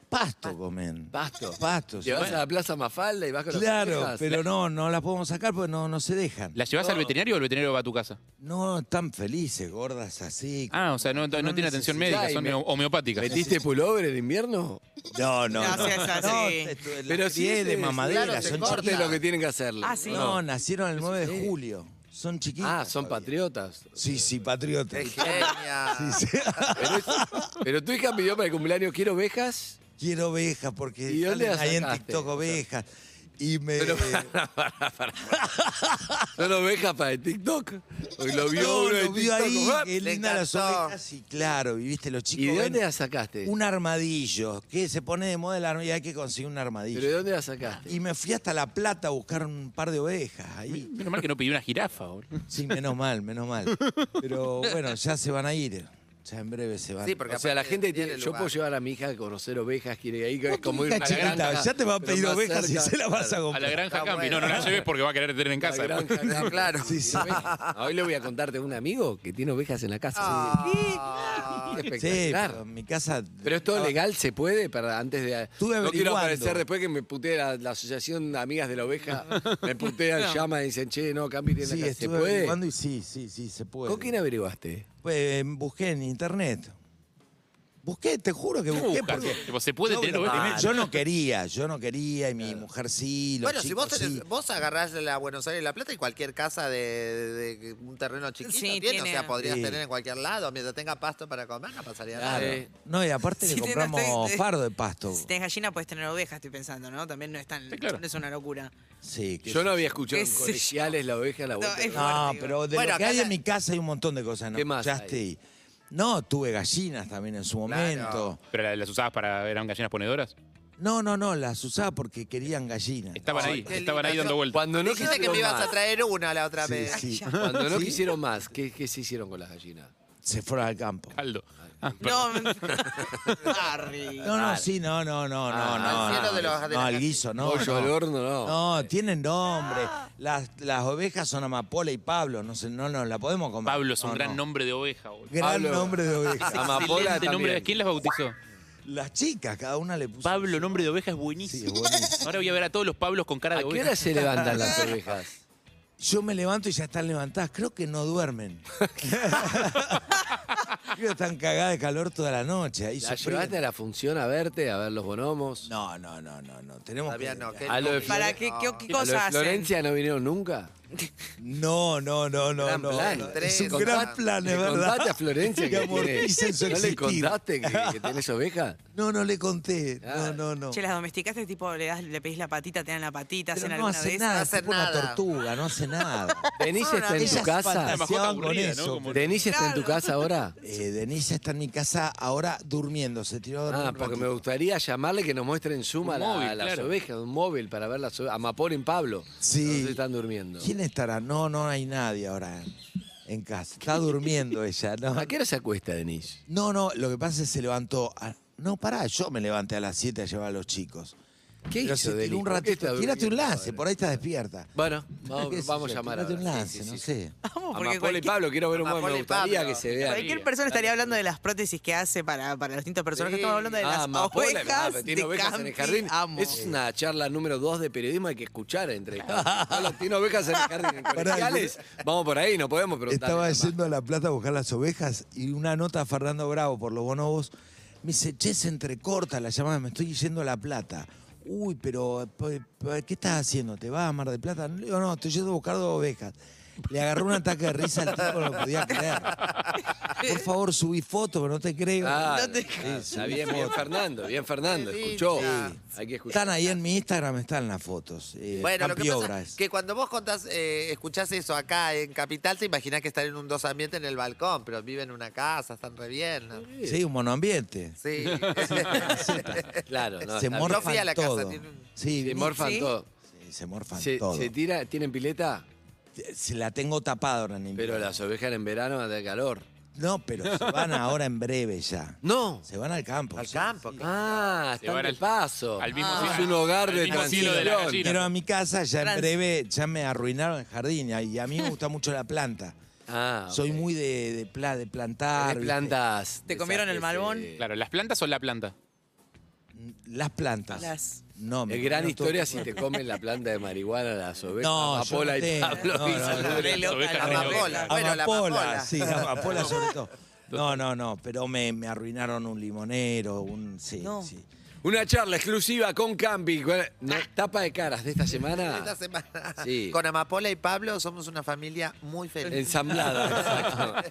S4: Pasto comen.
S2: Pasto.
S4: Pasto.
S2: Te
S4: sí.
S2: vas a la plaza Mafalda y vas con las
S4: Claro,
S2: ovejas.
S4: pero no, no la podemos sacar porque no, no se dejan.
S6: ¿La llevas al veterinario o el veterinario va a tu casa?
S4: No, tan felices, gordas así.
S6: Ah, o sea, no, no tiene atención
S2: necesitás
S6: médica,
S2: y
S6: son
S2: me-
S6: homeopáticas.
S2: ¿Metiste pullover en invierno?
S4: No, no, no.
S3: No seas así.
S2: Pero sí
S4: es de
S2: es-
S4: mamadera,
S5: claro, se
S4: son
S5: corta.
S2: Corte
S4: chiquitas.
S2: lo que tienen que hacerle.
S3: Ah, sí.
S4: No, nacieron el 9 de
S2: sí.
S4: julio. Son chiquitas.
S2: Ah, son
S4: todavía.
S2: patriotas.
S4: Sí, sí, patriotas.
S5: Es genia.
S4: Sí, sí.
S2: Pero, es- pero tu hija pidió para el cumpleaños, quiero ovejas.
S4: Quiero ovejas porque
S2: ¿Y dónde
S4: salen
S2: las
S4: ahí en
S2: sacaste?
S4: TikTok
S2: O sea,
S4: ovejas. Y me.
S2: Pero- Son ovejas para el TikTok. Hoy lo vio uno de
S4: lo vio
S2: TikTok,
S4: ahí,
S2: ¡ah!
S4: qué
S5: Le
S4: lindas las
S5: encantó.
S4: ovejas. Y claro, viviste los chicos.
S2: ¿Y de
S4: ven
S2: dónde la sacaste?
S4: Un armadillo, que se pone de moda el armadillo y hay que conseguir un
S2: ¿Pero de
S4: armadillo.
S2: dónde la sacaste?
S4: Y me fui hasta La Plata a buscar un par de ovejas ahí.
S6: Menos mal que no pidió una jirafa, boludo.
S4: Sí, menos mal, menos mal. Pero bueno, ya se van a ir. Ya en breve se van.
S5: Sí, porque
S2: o sea, la
S5: aparte
S2: gente
S5: tiene
S2: tiene.
S5: el
S2: Yo
S5: lugar.
S2: puedo llevar a mi hija a conocer ovejas, quiere ahí
S4: Vos,
S2: es como
S4: tu
S2: ir a
S4: hija
S2: la
S4: chiquita,
S2: granja,
S4: ya te va a
S2: pero
S4: pedir
S2: más
S4: ovejas
S2: cerca.
S4: y se las vas a
S6: A
S4: comprar.
S6: la granja
S5: Está
S6: Campi, no,
S5: bueno.
S6: no la lleves porque va a querer tener en
S2: La
S6: casa. después.
S2: granja,
S5: No, claro.
S4: Sí, sí.
S2: Ovejas. Hoy le voy a contarte a un amigo que tiene ovejas en la casa.
S5: Ah.
S2: Es
S4: Sí,
S2: espectacular.
S4: pero en mi casa. Ah,
S2: Pero es todo legal, se puede para antes de.
S4: Estuve
S2: no quiero
S4: averiguando.
S2: aparecer después que me putea la, la asociación de Amigas de la Oveja. Me putean, llaman y dicen, che, no, Campi tiene
S4: Sí,
S2: la casa. ¿Se
S4: estuve
S2: puede?
S4: averiguando y sí, sí, sí, se puede.
S2: ¿Con quién averiguaste?
S4: Pues, busqué en internet. Busqué, te juro que busqué
S6: buscas?
S4: porque.
S6: Tipo, ¿se puede
S4: Yo-
S6: tener ¿eh? ovejas?
S4: primero, Yo no quería, yo no quería, y mi mujer sí, los
S5: Bueno, si vos,
S4: chicos
S5: tenés-
S4: sí.
S5: vos agarrás la Buenos Aires y La Plata y cualquier casa de, de un terreno chiquito
S3: Sí,
S5: tiene, o
S3: tiene.
S5: sea, podrías
S4: Sí.
S5: tener en cualquier lado, mientras tenga pasto para comer, no pasaría
S2: Claro.
S5: nada.
S2: Eh,
S4: No, y aparte
S3: Si
S4: le
S3: tenés-
S4: compramos
S3: tenés-
S4: fardo de pasto.
S3: Si tenés gallina, puedes tener ovejas, estoy pensando, ¿no? También no es tan.
S6: Sí, claro.
S3: No es una locura.
S4: Sí, que
S2: Yo no había escuchado en
S3: ¿Qué sé yo?
S2: colegiales la oveja a la vuelta.
S3: es-
S4: No, pero de
S5: Bueno,
S4: lo que
S5: acá
S4: hay
S5: la-
S4: en mi casa hay un montón de cosas. ¿no?
S2: ¿Qué más hay?
S4: Escuchaste y- No, tuve gallinas también en su momento.
S6: ¿Pero la- las usabas para. eran gallinas ponedoras?
S4: No, no, no, las usaba porque querían gallinas.
S6: Estaban
S5: Ay,
S6: ahí,
S5: qué
S6: estaban
S5: lindo.
S6: ahí dando
S5: Yo-
S6: vueltas.
S2: Cuando no
S5: Dijiste que
S2: quisieron
S5: me ibas a
S2: más,
S5: traer una la otra
S4: Sí,
S5: vez.
S4: sí.
S2: cuando no
S4: Sí.
S2: quisieron más, ¿qué, qué se hicieron con las gallinas?
S4: se fueron al campo.
S6: Caldo. Ah,
S3: No, Harry.
S4: No, no, sí, no, no, no, no,
S2: Ah,
S4: no.
S5: al cielo de los- de
S4: no,
S5: las
S4: al guiso, no.
S2: Pollo al
S4: No,
S2: horno, no.
S4: no tienen nombre. Las, las ovejas son Amapola y Pablo, no sé, no, no, la podemos comer.
S6: Pablo es un
S4: No,
S6: gran
S4: no.
S6: nombre de oveja, boludo.
S4: Gran
S2: Pablo.
S4: nombre de oveja.
S2: Amapola
S6: Excelente
S2: también.
S6: nombre de- ¿Quién las bautizó?
S4: Las chicas, cada una le puso.
S6: Pablo, nombre de oveja es buenísimo. Ahora voy a ver a todos los Pablos con cara
S2: ¿A
S6: de
S2: qué
S6: oveja.
S2: hora se levantan las ovejas?
S4: Yo me levanto y ya están levantadas. Creo que no duermen. Creo que están cagadas de calor toda la noche. Ahí
S2: ¿La
S4: sufriendo.
S2: llevaste a la función a verte, a ver los bonomos?
S4: No, no, no, no, no. Tenemos
S5: Todavía
S4: que-
S5: no. ¿qué?
S2: A lo de
S3: ¿Para qué, qué, qué
S2: ¿A lo de
S3: cosas hacen?
S2: Florencia no vinieron nunca?
S4: No, no, no, no.
S2: Gran
S4: no,
S2: plan.
S4: no.
S5: Tres,
S4: Es un
S5: contá-
S4: gran plan,
S2: ¿Le
S4: es verdad.
S2: contaste a Florencia que
S4: Que amorticen
S2: tenés?
S4: su
S2: ¿No le
S4: existir.
S2: contaste que, que tenés ovejas?
S4: No, no le conté.
S2: Ah.
S4: No, no, no.
S3: Che, las domesticaste, tipo, le, das, le pedís la patita, te dan la patita,
S4: Pero
S3: hacen
S4: no
S3: alguna de
S4: hace
S3: esas.
S4: nada,
S5: No
S4: es
S5: hace
S4: tipo una
S5: nada.
S4: tortuga, no hace nada.
S2: ¿Denise está en tu
S4: Ellas
S2: casa?
S6: Una mascota
S4: fantaseaban con
S6: aburrida, ¿no?
S4: eso.
S6: Como-
S2: ¿Denise está en tu casa ahora?
S4: Eh, Denise está en mi casa ahora durmiendo, se tiró a dormir.
S2: Ah,
S4: un
S2: porque me
S4: ratito.
S2: gustaría llamarle que nos muestren Zoom
S6: Un
S2: a, la-
S6: móvil,
S2: a las
S6: claro.
S2: ovejas, un móvil para ver las ovejas. Amapol en Pablo.
S4: Sí.
S2: No sé, están durmiendo.
S4: ¿Quién estará? No, no hay nadie ahora en, en casa. Está durmiendo ella. No,
S2: ¿A qué hora se acuesta Denise?
S4: no, no, lo que pasa es que se levantó. a- no, pará, yo me levanté a las 7 a llevar a los chicos.
S2: ¿Qué
S4: Pero
S2: hizo
S4: se
S2: Denise?
S4: tiró un
S2: ¿Por qué
S4: ratito.
S2: está
S4: Tírate un
S2: durmiendo
S4: lance,
S2: ahora?
S4: por ahí está despierta.
S2: Bueno,
S4: ¿Qué
S2: vamos,
S4: sé
S2: vamos
S4: yo?
S2: a llamar ahora.
S4: Tírate un
S2: Sí,
S4: lance,
S2: sí,
S4: no
S2: sí.
S4: sé.
S3: Vamos, porque
S2: Amapola y
S3: cualquier,
S2: Pablo, quiero ver un móvil.
S5: Amapola
S2: Me
S5: y
S2: gustaría
S5: Pablo.
S2: que se vea.
S3: cualquier persona estaría hablando de las prótesis que hace para, para los distintos personajes.
S5: Sí.
S3: Estamos hablando de las
S2: Ah, Amapola,
S3: ovejas.
S2: ah, pero tiene
S3: de
S2: ovejas en el
S3: Campi.
S2: jardín.
S3: Amo.
S2: Es una charla número dos de periodismo, hay que escuchar entre Pablo, tiene ovejas en el jardín. En colegiales, vamos por ahí, no podemos preguntar.
S4: Estaba yendo a La Plata a buscar las ovejas y una nota a Fernando Bravo por los bonobos. Me dice, che, se entrecorta la llamada, me estoy yendo a La Plata. Uy, pero pe- pe- ¿qué estás haciendo? ¿Te vas a Mar del Plata? Le digo, no, estoy yendo a buscar dos ovejas. Le agarró un ataque de risa al tipo, no lo podía creer. Por favor, subí foto, pero no te creo.
S2: Ah,
S3: No te-
S2: está bien, bien Fernando, bien Fernando,
S5: Qué
S2: escuchó.
S5: lindo.
S2: Hay que escuchar.
S4: Están ahí en mi Instagram, están las fotos. eh,
S5: Bueno, lo que
S4: Campi
S5: pasa
S4: Obras.
S5: es que cuando vos contás, eh, escuchás eso acá en Capital, te imaginás que están en un dos ambiente en el balcón, pero viven en una casa, están re bien. ¿no?
S4: Sí, un monoambiente.
S5: Sí.
S2: Claro, no,
S4: se
S2: está
S5: mor-
S4: morfan
S5: No fui a la casa,
S4: todo.
S5: tiene un-
S4: Sí,
S2: bien. Se
S4: viniste.
S2: morfan
S3: Sí.
S2: todo.
S4: Sí, se morfan
S2: Se,
S4: todo.
S2: se tira, tienen pileta,
S4: Se la tengo tapada ahora en
S2: pero
S4: invierno.
S2: las ovejas en verano van a tener calor.
S4: No, pero se van ahora en breve ya.
S2: No.
S4: Se van al campo.
S5: Al
S4: sí,
S5: campo,
S4: sí.
S2: Ah,
S6: Se van
S2: están de
S6: al-
S2: paso. Ah.
S6: al mismo
S2: es
S6: cielo-
S2: un hogar
S6: al
S2: de
S6: mismo cielo de la
S2: transición.
S6: gallina.
S4: Quiero a mi casa, ya en
S3: Trans-
S4: breve, ya me arruinaron el jardín. y- Y a mí me gusta mucho la planta.
S2: Ah,
S4: Soy
S2: ok.
S4: muy de, de, pla- de plantar.
S2: Tenés
S4: ¿viste?
S2: plantas.
S3: ¿Te comieron el malbón?
S6: Claro, ¿las plantas o la planta?
S4: Las plantas.
S3: Las-
S4: No, me
S2: Es gran
S4: comieron todo
S2: historia
S4: el
S2: si
S4: cuerpo.
S2: te comen la planta de marihuana, las ovejas,
S4: No, yo
S2: amapola
S4: no
S2: y
S4: tengo.
S2: Pablo.
S4: No, no,
S2: dicen.
S4: no.
S3: Re loca,
S6: Ovejas,
S3: la
S6: re locas.
S3: amapola.
S4: Ah,
S5: Bueno, la amapola.
S4: amapola, sí, la amapola sobre todo. No, no, no, pero me, me arruinaron un limonero, un... Sí,
S3: No.
S4: sí.
S2: Una charla exclusiva con Campi. Con- no, tapa de caras de esta semana.
S4: Ah.
S5: Esta semana,
S2: Sí.
S5: con Amapola y Pablo somos una familia muy feliz.
S2: Ensamblada.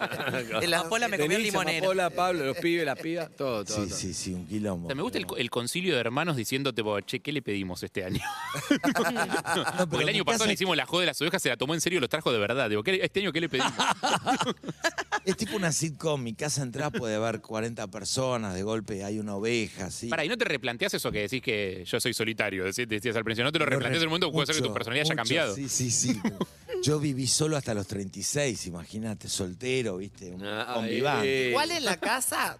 S5: En la-
S3: Amapola me comió el
S2: Denise,
S3: limonero.
S2: Amapola, Pablo, los pibes, las pibas, todo, todo.
S4: Sí,
S2: todo.
S4: sí, sí, un
S6: O
S4: quilombo.
S6: sea, me gusta el,
S4: pero-
S6: el concilio de hermanos diciéndote, "Bo, che, ¿qué le pedimos este año?
S4: No,
S6: Porque
S4: pero
S6: el
S4: mi
S6: año pasado
S4: casa
S6: le hicimos la joda de las ovejas, se la tomó en serio y los trajo de verdad. Digo, "¿Qué- ¿este año qué le pedimos?
S4: Es tipo una sitcom, mi casa entrada puede haber 40 personas, de golpe hay una oveja, así.
S6: Para, ¿y no te replanteas eso que decís que yo soy solitario? Decías, decías al principio, no te lo
S4: Pero
S6: replanteas
S4: re-
S6: en el mundo, puede ser que tu
S4: mucho,
S6: personalidad haya
S4: mucho,
S6: cambiado.
S4: Sí, sí, sí. Yo viví solo hasta los 36, imagínate, soltero, viste, un
S2: Ah,
S4: convivante.
S2: eh,
S5: Igual en la casa,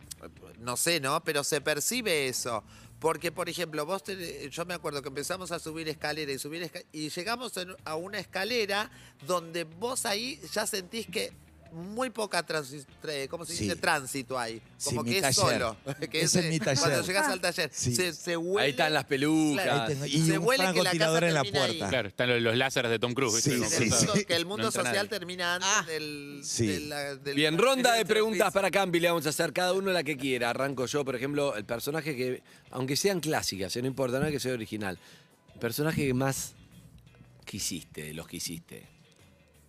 S5: no sé, ¿no? Pero se percibe eso. Porque, por ejemplo, vos tenés- yo me acuerdo que empezamos a subir escalera y subir esca- y llegamos en- a una escalera donde vos ahí ya sentís que muy poca transi- tra- ¿cómo se
S4: Sí.
S5: dice? tránsito hay.
S4: Sí,
S5: Como
S4: mi
S5: que es
S4: taller.
S5: solo. Que
S4: Ese es mi taller.
S5: Cuando llegás al taller,
S4: Sí.
S5: se, se huele.
S2: Ahí están las pelucas.
S5: Claro.
S4: Ahí tengo- y
S5: Se
S4: un
S5: huele que la
S4: francotirador
S5: casa
S4: en la
S5: termina ahí.
S4: puerta.
S6: Claro, están los, los láseres de Tom Cruise,
S4: Sí,
S5: Que
S6: ¿viste? Como
S5: el
S4: sí,
S6: cosas.
S5: mundo-
S4: sí.
S5: Que el mundo
S6: No entra
S5: social
S6: nadie.
S5: termina antes
S3: Ah.
S5: del,
S4: Sí.
S5: de la- del-
S2: Bien, ronda de
S5: del
S2: preguntas
S5: piso.
S2: para Campi. Le vamos a hacer cada uno la que quiera. Arranco yo, por ejemplo, el personaje que, aunque sean clásicas, eh, no importa, no es que sea original. Personaje que más quisiste, de los que hiciste.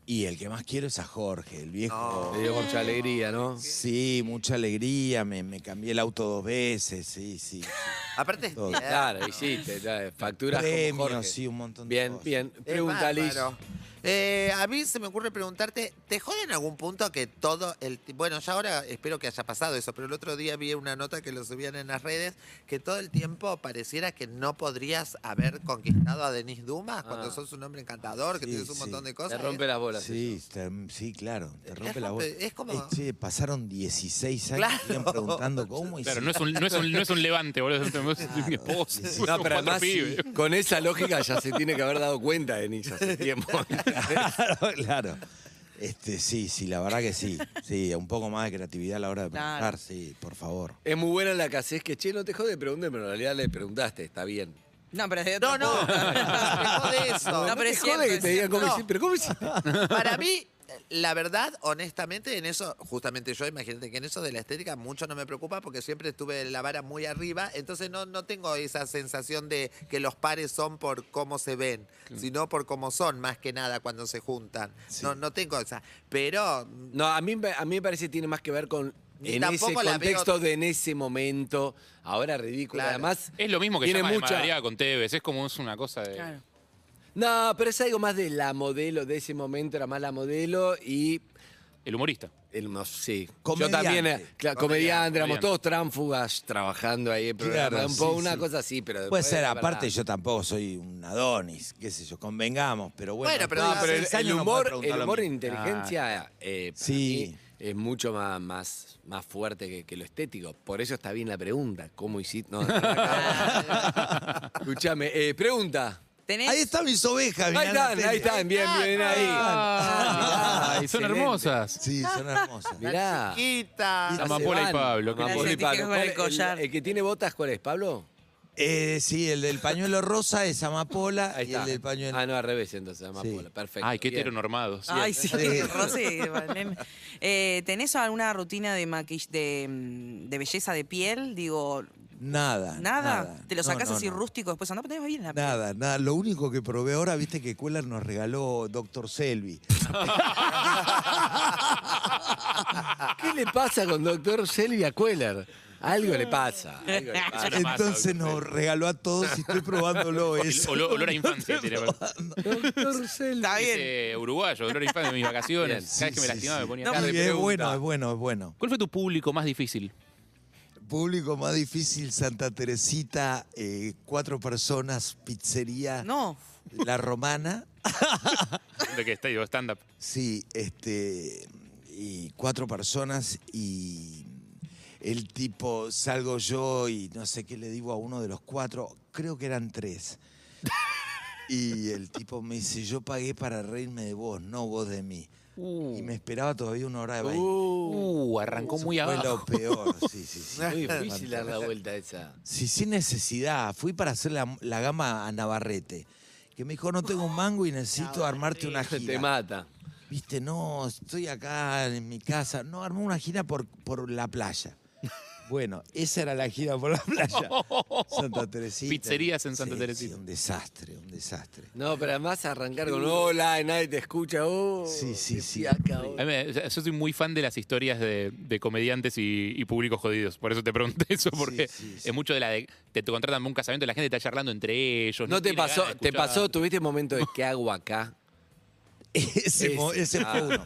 S4: Y el que más quiero es a Jorge, el viejo.
S5: No.
S2: Le dio mucha alegría, ¿no?
S4: Sí, mucha alegría, me, me cambié el auto dos veces, sí, sí. sí.
S5: Aparte eh, es
S4: Todo.
S5: tierno.
S2: Claro, hiciste, ya, facturas como Jorge.
S4: Premios, sí, un montón de
S2: Bien,
S4: cosas.
S2: bien.
S5: Es
S2: Pregunta, Liz.
S5: bárbaro. Eh, a mí se me ocurre preguntarte, ¿te jode en algún punto que todo el... ti- Bueno, ya ahora espero que haya pasado eso, pero el otro día vi una nota que lo subían en las redes, que todo el tiempo pareciera que no podrías haber conquistado a Denis Dumas cuando sos un hombre encantador, que
S4: Sí,
S5: tienes un
S4: sí.
S5: montón de
S2: Te
S5: cosas.
S2: rompe las bolas. horas.
S4: Sí,
S2: eso.
S4: te- sí, claro, te
S5: Es
S4: rompe la voz.
S5: rompe- es como-
S4: pasaron 16 años
S5: Claro.
S4: siguen preguntando cómo
S6: Claro,
S4: hicieron.
S6: no es un, no es un, no es un levante, boludo. Es un es mi esposa.
S4: No,
S6: son
S2: No, pero
S6: cuatro
S2: además,
S6: pibes.
S2: con esa lógica ya se tiene que haber dado cuenta, Denise, hace tiempo.
S4: Claro, claro. Este, sí, sí, la verdad que sí. Sí, un poco más de creatividad a la hora de
S3: Claro.
S4: preguntar, sí, por favor.
S2: es muy buena la casez que, che, no te jode, pregunte, pero en realidad le preguntaste, está bien.
S3: No, pero es de otro
S5: No, no,
S3: podcast.
S5: no de
S3: No,
S5: eso.
S3: pero
S2: te
S3: es
S2: jode
S3: cierto,
S2: que
S3: es
S2: te digan
S3: cierto.
S2: cómo
S5: No.
S2: hiciste, pero ¿cómo hiciste?
S5: Para mí, la verdad, honestamente, en eso, justamente yo, imagínate que en eso de la estética mucho no me preocupa porque siempre estuve la vara muy arriba, entonces no, no tengo esa sensación de que los pares son por cómo se ven, sino por cómo son, más que nada, cuando se juntan. No, no tengo esa. Pero
S2: No, a mí, me- a mí me parece que tiene más que ver con.
S5: Ni
S2: En ese
S5: tampoco la
S2: contexto
S5: veo-
S2: de en ese momento, ahora ridículo.
S5: Claro.
S2: Además,
S6: Es lo mismo que
S2: tiene
S6: llama de
S2: mucha-
S6: Madariaga con Tevez. Es como es una cosa de.
S3: Claro.
S2: No, pero es algo más de la modelo, de ese momento era más la modelo y
S6: El humorista.
S2: el no sí.
S4: Comediante.
S2: Yo también, eh, cla- comediante,
S6: Comediante.
S2: éramos todos tránfugas trabajando ahí, pero
S4: Claro,
S2: un poco
S4: sí,
S2: una
S4: sí.
S2: cosa así, pero
S4: Puede
S2: después,
S4: ser,
S2: la
S4: aparte
S2: Eh, verdad.
S4: yo tampoco soy un Adonis, qué sé yo, convengamos, pero bueno.
S5: Bueno, pero
S2: No,
S5: hace
S2: pero el,
S4: seis años
S2: el
S4: no puedo
S2: humor,
S4: preguntar
S2: el
S4: lo
S2: humor e
S4: mismo.
S2: inteligencia eh, para
S4: Ah. Sí.
S2: mí es mucho más, más, más fuerte que, que lo estético. Por eso está bien la pregunta. ¿Cómo hiciste? No, no, no, no. Escuchame, eh, pregunta.
S3: Ah. ¿Tenés?
S4: Ahí están mis ovejas,
S2: Ahí
S4: mirá la
S2: están,
S4: tele.
S2: ahí están, bien, bien ahí.
S6: Ah,
S4: Mirá,
S6: son
S4: excelente.
S6: hermosas.
S4: Sí, son hermosas.
S2: Mirá.
S5: chiquita.
S6: Amapola y
S2: Se van.
S6: Pablo, ¿qué
S2: Amapola y
S3: pasa?
S2: Pablo.
S3: Con el
S2: ¿Cuál es
S3: collar.
S2: El, el que tiene botas, ¿cuál es, Pablo?
S4: Eh, sí, el del pañuelo rosa es amapola
S2: Ahí
S4: y
S2: está.
S4: el del pañuelo...
S2: Ah, no, al revés, entonces, Amapola.
S4: Sí.
S2: Perfecto.
S6: Ay, qué
S2: bien.
S6: heteronormados.
S3: Ay, Ah, sí,
S4: Sí.
S3: Rosy, Valen. Eh, ¿Tenés alguna rutina de, maquill- de, mm, de belleza de piel? Digo,
S4: Nada,
S3: nada.
S4: nada.
S3: ¿Te lo
S4: No,
S3: sacás
S4: no,
S3: así
S4: no.
S3: rústico después? No, pero tenés bien la piel.
S4: Nada, nada. Lo único que probé ahora, viste que Cuellar nos regaló Doctor Selvi.
S2: ¿Qué le pasa con doctor Selvia Queller? Algo le pasa. algo le pasa.
S6: Ah, no pasa,
S4: Entonces
S6: Dr.
S4: nos regaló a todos y estoy probándolo
S6: El
S4: eso.
S6: Olor, olor a infancia. tiene.
S2: Doctor Selvia.
S3: Está bien.
S6: Dice uruguayo, olor a infancia de mis vacaciones.
S2: Bien.
S6: Cada vez que me
S4: Sí,
S6: lastimaba
S4: sí,
S6: me ponía
S3: No,
S6: cara de
S4: Y es
S6: pregunta.
S4: bueno, es bueno, es bueno.
S6: ¿Cuál fue tu público más difícil?
S4: Público más difícil, Santa Teresita, eh, cuatro personas, pizzería,
S3: No.
S4: la romana.
S6: De que está, digo, stand-up.
S4: Sí, este. Y cuatro personas y. El tipo, salgo yo y no sé qué le digo a uno de los cuatro, creo que eran tres. Y el tipo me dice, yo pagué para reírme de vos, no vos de mí. Y me esperaba todavía una hora de baile.
S6: Uh, arrancó muy
S4: Fue
S6: abajo.
S4: lo peor, sí, sí, sí.
S2: Muy difícil dar la vuelta esa.
S4: Sí, sin necesidad. Fui para hacer la, la gama a Navarrete. Que me dijo, no tengo un mango y necesito armarte una
S2: Te
S4: gira.
S2: mata.
S4: Viste, no, estoy acá en mi casa. No, armó una gira por, por la playa. Bueno, esa era la gira por la playa. Santa Teresita.
S6: Pizzerías en Santa
S4: Sí,
S6: Teresita.
S4: sí, un desastre, un desastre.
S2: No, pero además arrancar con hola, y nadie te escucha. Oh,
S4: Sí, sí,
S2: qué
S4: sí.
S2: fiaca, oh.
S6: A mí me- o sea, yo soy muy fan de las historias de, de comediantes y, y públicos jodidos. Por eso te pregunté eso, porque
S4: sí, sí.
S6: es mucho de la de. Te, te contratan para un casamiento y la gente está charlando entre ellos.
S2: No te
S6: tiene
S2: pasó,
S6: ganas de
S2: te
S6: escuchar.
S2: pasó, tuviste un momento de qué hago acá.
S4: Ese, mo-
S2: Ese.
S4: ese fue
S2: Ah.
S4: uno.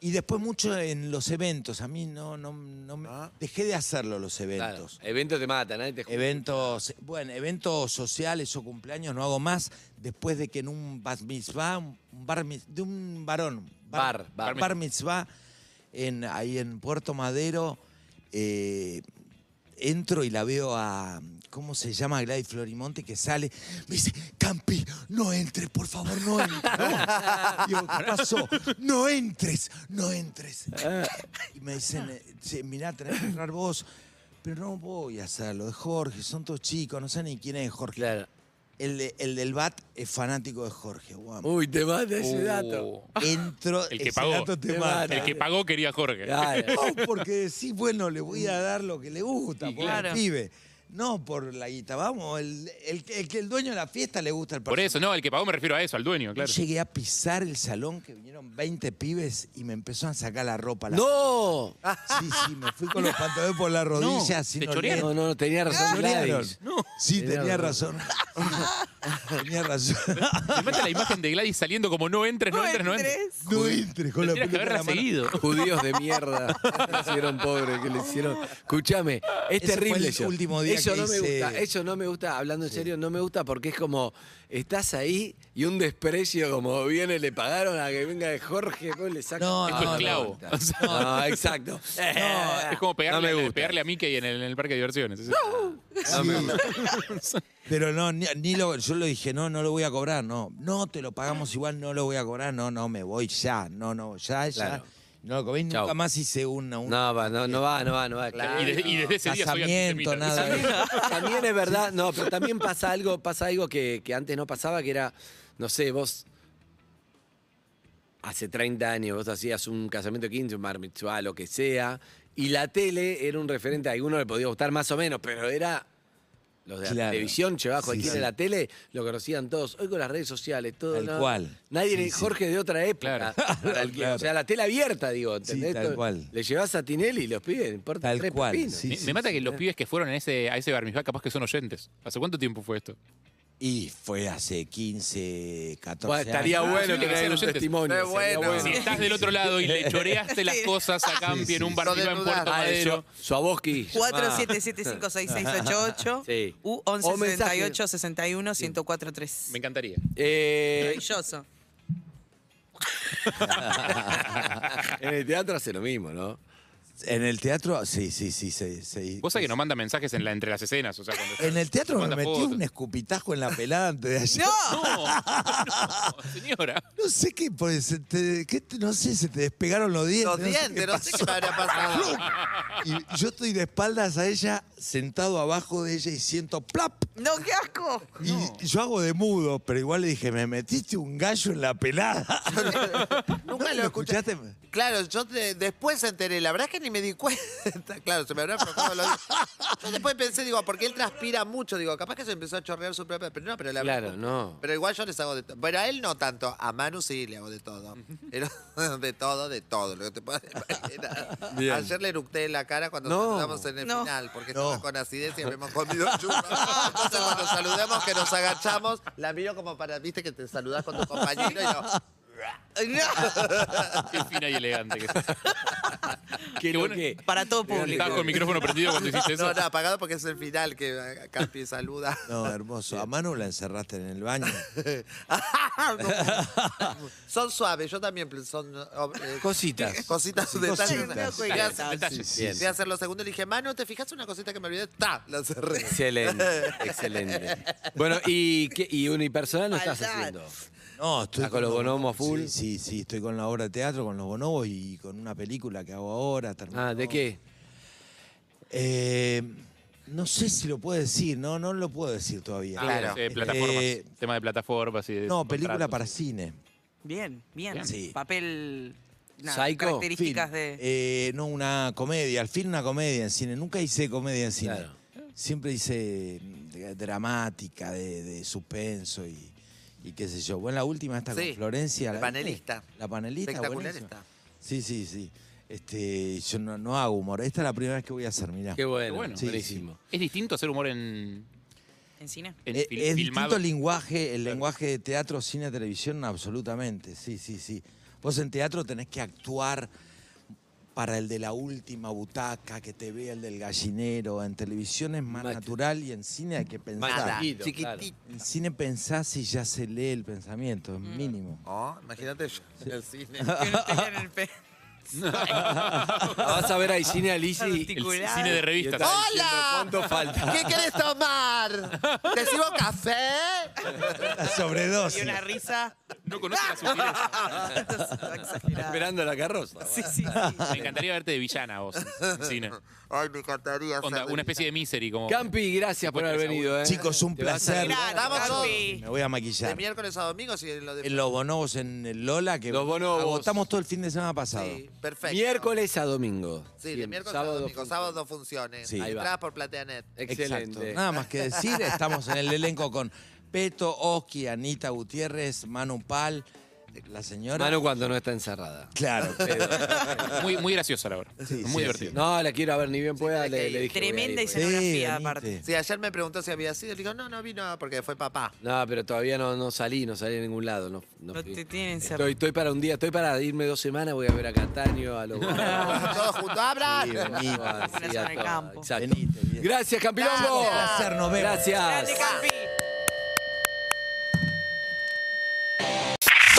S4: Y después mucho en los eventos. A mí no, no, no me-
S6: Ah.
S4: dejé de hacerlo los
S2: Claro,
S4: eventos.
S2: evento te mata, nadie te escucha.
S4: Eventos, bueno, eventos sociales o cumpleaños no hago más después de que en un bat mitzvah, un bar mitzvah, de un varón,
S2: Bar, bar.
S4: bar, mitzvah, en, ahí en Puerto Madero, eh, entro y la veo a, ¿cómo se llama? Gladys Florimonte, que sale, me dice, Campi, no entres, por favor, no entres. No. Digo, ¿qué pasó? No entres, no entres.
S6: Ah.
S4: Y me dicen, eh, che, mirá, tenés que entrar vos. Pero no voy a hacerlo, es Jorge, son todos chicos, no sé ni quién es Jorge.
S2: Claro.
S4: El, de- el del BAT es fanático de Jorge, guau.
S2: Uy, te mata ese
S6: Uh,
S2: dato.
S4: Entro,
S6: El que
S4: ese
S6: pagó.
S4: gato te
S2: Te
S4: mata.
S2: mata.
S6: El que pagó quería a Jorge.
S2: Claro.
S4: No, porque decís, bueno, le voy a dar lo que le gusta,
S6: Y
S4: por
S3: claro.
S4: el pibe. No por la guita, vamos, el, el que- el que el dueño de la fiesta le gusta el
S6: Por
S4: personaje.
S6: eso, no, el que pagó me refiero a eso, al dueño, claro.
S4: Yo llegué a pisar el salón que vinieron 20 pibes y me empezaron a sacar la ropa. La... Ah,
S2: ¡No!
S4: Sí, sí, me fui con los pantalones por la rodilla.
S6: No,
S4: sin
S6: te
S4: los
S6: chorearon.
S2: No,
S4: lentes.
S2: no, no, tenía razón
S4: Chorearon.
S2: Gladys.
S4: Sí,
S2: Tenía
S4: tenía
S2: razón.
S4: razón. tenía razón.
S6: Me mata la imagen de Gladys saliendo como no entres, no, entres, no entres.
S4: No entres con la
S6: Tendrías que
S4: pelota en
S6: haberla
S4: la mano.
S6: seguido.
S2: Judíos de mierda. que le hicieron pobre, que le hicieron. Escúchame, es
S4: Ese fue
S2: terrible
S4: el
S2: yo.
S4: último día
S2: Eso no me
S4: Ese-
S2: gusta, eso no me gusta, hablando en serio, no me gusta porque es como, estás ahí y un desprecio como viene, le pagaron a que venga Jorge, pues le saca.
S4: No,
S6: Es tu
S4: no,
S6: esclavo.
S2: No, No, exacto. Ah.
S6: Es como pegarle,
S2: no me
S6: a-
S2: gusta.
S6: pegarle a Mickey en el, en el parque de diversiones. Es-
S4: Sí. Pero no, ni, ni lo, yo lo dije, no, no lo voy a cobrar, no. No, te lo pagamos igual, no lo voy a cobrar, no, no, me voy ya, no, no, ya, ya.
S2: Claro.
S4: No lo comí,
S2: Chau.
S4: nunca más hice una, un
S2: No, va, no, no va, no va, no va.
S6: Y, de- y desde ese día soy
S4: casamiento,
S6: antisemita.
S4: nada. de eso.
S2: También es verdad, no, pero también pasa algo, pasa algo que, que antes no pasaba, que era, no sé, vos hace 30 años vos hacías un casamiento de 15, un bar mitzvah, lo que sea, y la tele era un referente, a alguno le podía gustar más o menos, pero era... Los de la
S4: Claro.
S2: televisión, che, bajo,
S4: Sí,
S2: aquí
S4: sí.
S2: en la tele, lo conocían todos. Hoy con las redes sociales, todo.
S4: Tal
S2: ¿no?
S4: cual.
S2: Nadie,
S4: Sí,
S2: le-
S4: sí.
S2: Jorge de otra época. para el que- O
S4: Claro.
S2: sea, la tele abierta, digo,
S4: Sí,
S2: ¿entendés?
S4: tal cual.
S2: Le llevas a Tinelli y los pibes, le importa
S4: Tal
S2: tres
S4: cual,
S2: pepinos.
S4: sí,
S6: Me, me mata que los pibes que fueron en ese, a ese bar mitzvah capaz que son oyentes. ¿Hace cuánto tiempo fue esto?
S4: Y fue hace 15, 14
S2: Bueno, estaría
S4: años.
S2: bueno que
S6: que
S2: me den
S6: sean
S2: un
S6: oyentes.
S2: testimonio.
S5: Re
S2: sería
S5: bueno.
S2: bueno.
S5: Sí.
S6: Si estás del otro lado y le choreaste las cosas a Campi en un bar
S5: Lo
S6: mitzvah en
S5: desnudás.
S6: Puerto
S2: Ah, el
S6: Madero.
S2: Su- Suaboski.
S3: 47756688
S2: Sí.
S3: u
S2: O mensaje.
S3: 1168 61 1043.
S6: Me encantaría.
S2: Eh,
S3: Maravilloso.
S2: en el teatro hace lo mismo, ¿no?
S4: En el teatro, sí, sí, sí, se, se-
S6: Vos sabés que nos manda mensajes en la, entre las escenas. O sea, cuando
S4: En el teatro me
S6: manda
S4: metí
S6: fotos.
S4: un escupitajo en la pelada antes de ayer.
S3: ¡No!
S6: No, no, Ah, señora.
S4: No sé qué, pues, se te- qué te- no sé, se te despegaron los dientes.
S5: Los
S4: no sé qué
S5: dientes, no sé qué me habrá pasado.
S4: Y yo estoy de espaldas a ella, sentado abajo de ella y siento plap.
S3: ¡No, qué asco!
S4: Y yo hago de mudo, pero igual le dije, me metiste un gallo en la pelada.
S5: Nunca lo escuché.
S4: escuchaste?
S5: Claro, yo te- después enteré, la verdad es que ni me di cuenta. Claro, se me habrá aflojado los Yo después pensé, digo, porque él transpira mucho, digo, capaz que se empezó a chorrear su propia. Pero no, pero la
S2: Claro, no.
S5: Pero igual yo les hago de todo. Pero a él no tanto, a Manu sí le hago de todo. Pero de todo, de todo, lo que te puedas imaginar.
S2: Bien.
S5: Ayer le eructé en la cara cuando
S2: No.
S5: saludamos en el
S3: No.
S5: final, porque
S4: No.
S5: estaba con acidez y habíamos comido churros. Entonces cuando saludamos, que nos agachamos, la miro como para, viste, que te saludás con tu compañero y no.
S6: Qué fina y elegante que sos.
S2: Qué
S6: bueno.
S2: que-
S3: Para todo público.
S6: Estabas con el micrófono prendido cuando hiciste eso.
S5: No, no, apagado porque es el final que eh, Campi saluda.
S4: No, hermoso. A Manu la encerraste en el baño.
S5: son suaves, yo también pl- son oh, eh,
S2: Cositas.
S5: cositas
S4: Sí,
S5: detalles.
S4: cositas.
S5: Fui a-
S6: Detalles.
S5: fui a hacer lo segundo y le dije, Manu, ¿te fijaste una cosita que me olvidé? ¡Ta! La cerré.
S2: Excelente, excelente. Bueno, ¿y, qué, y unipersonal no estás
S3: Maldad.
S2: haciendo?
S4: No, estoy
S2: ¿Estás con los bonobos a full?
S4: Sí, sí, sí, estoy con la obra de teatro, con los bonobos y con una película que hago ahora. terminó.
S2: Ah, ¿de qué?
S4: Eh, no sé si lo puedo decir, no, no lo puedo decir todavía.
S2: Ah,
S5: Claro.
S6: Eh, plataformas.
S4: Eh,
S6: tema de plataformas y de
S4: No, película
S6: contratos.
S4: para cine.
S3: Bien, bien.
S4: Sí.
S3: Papel. nada,
S2: Psycho,
S3: características
S4: Film.
S3: de.
S4: Eh, no, una comedia. Al fin una comedia en cine. Nunca hice comedia en cine.
S2: Claro.
S4: Siempre hice mm, dramática, de, de suspenso y, y qué sé yo. Bueno, la última esta
S5: Sí,
S4: con Florencia.
S5: el
S4: ¿la
S5: panelista.
S4: viste? La panelista.
S5: Espectacular
S4: buenísima.
S5: está.
S4: Sí, sí, sí. Este, yo no, no hago humor. Esta es la primera vez que voy a hacer, mirá.
S2: Qué bueno,
S6: Qué bueno.
S4: Sí,
S2: buenísimo.
S6: ¿Es distinto hacer humor en,
S3: En cine.
S6: en
S4: Eh,
S6: fil-
S4: es
S6: filmado?
S4: distinto el lenguaje, el lenguaje de teatro, cine, televisión, absolutamente. Sí, sí, sí. Vos en teatro tenés que actuar para el de la última butaca, que te vea el del gallinero. En televisión es más
S2: Más-
S4: natural y en cine hay que pensar.
S5: Nada,
S2: Chiquito,
S5: chiquitito.
S4: En cine pensás y ya se lee el pensamiento, es mínimo.
S5: Oh, imagínate yo en el cine.
S3: Que no tengan el pe-
S2: Ah, Vas a ver a Cine Alice y.
S6: El
S3: Particular.
S6: cine de
S2: y
S6: revistas.
S2: está diciendo
S5: ¡Hola!
S2: ¿Cuánto falta?
S5: ¿Qué querés tomar? ¿Te sirvo café?
S3: Y
S4: Sobredosis.
S3: una risa.
S6: No conoce la sutileza.
S3: Exagerada.
S2: Esperando la carroza.
S3: Sí, sí, sí.
S6: Me encantaría verte de villana vos en cine.
S5: Ay, me encantaría. ser
S6: Onda,
S5: de
S6: una especie de misery como.
S2: Campi, gracias por haber venido. ¿eh?
S4: Chicos, un
S2: Te vas a-
S4: placer.
S3: Gran,
S5: Vamos
S3: Gaby.
S5: todos.
S4: Me voy a maquillar.
S5: De miércoles a domingo, si lo de...
S4: En los bonobos en el Lola, que
S2: Los bonobos.
S4: agotamos todo el fin de semana pasado.
S5: Sí, perfecto.
S2: Miércoles a domingo.
S5: Sí, de
S2: Bien,
S5: miércoles
S2: sábado,
S5: a domingo. Sábado dos funciones.
S4: Sí.
S2: Ahí va.
S5: Entradas por Plateanet.
S4: Exacto.
S2: Excelente.
S4: Nada más que decir, estamos en el elenco con Peto, Oski, Anita Gutiérrez, Manu Pal, La señora.
S2: Manu cuando no está encerrada.
S4: Claro.
S6: Muy, muy graciosa la verdad.
S4: Sí, sí,
S6: muy divertido.
S2: No, la quiero a ver ni bien pueda.
S5: Sí,
S2: le,
S5: ok.
S2: le dije, voy a ir, voy a
S3: Tremenda y
S2: ir.
S3: se- Escenografía,
S4: venite.
S3: aparte.
S5: Sí, ayer me preguntó si había sido, le digo, no, no vino porque fue papá.
S2: No, pero todavía no, no salí, no salí a ningún lado. No, no
S3: No
S2: fui.
S3: te tienen cerrado.
S2: estoy, estoy para un día, estoy para irme dos semanas, voy a ver a Cataño, a los...
S5: Todos juntos, ¡abra!
S4: Sí,
S2: Sí,
S4: venite.
S2: a
S3: Una zona de
S2: todas,
S3: campo.
S2: exacto.
S4: Venite, bien.
S2: Gracias, Campilongo.
S5: Gracias. Un
S4: placer, nos vemos.
S3: Grande,
S2: Gracias.
S3: Campi.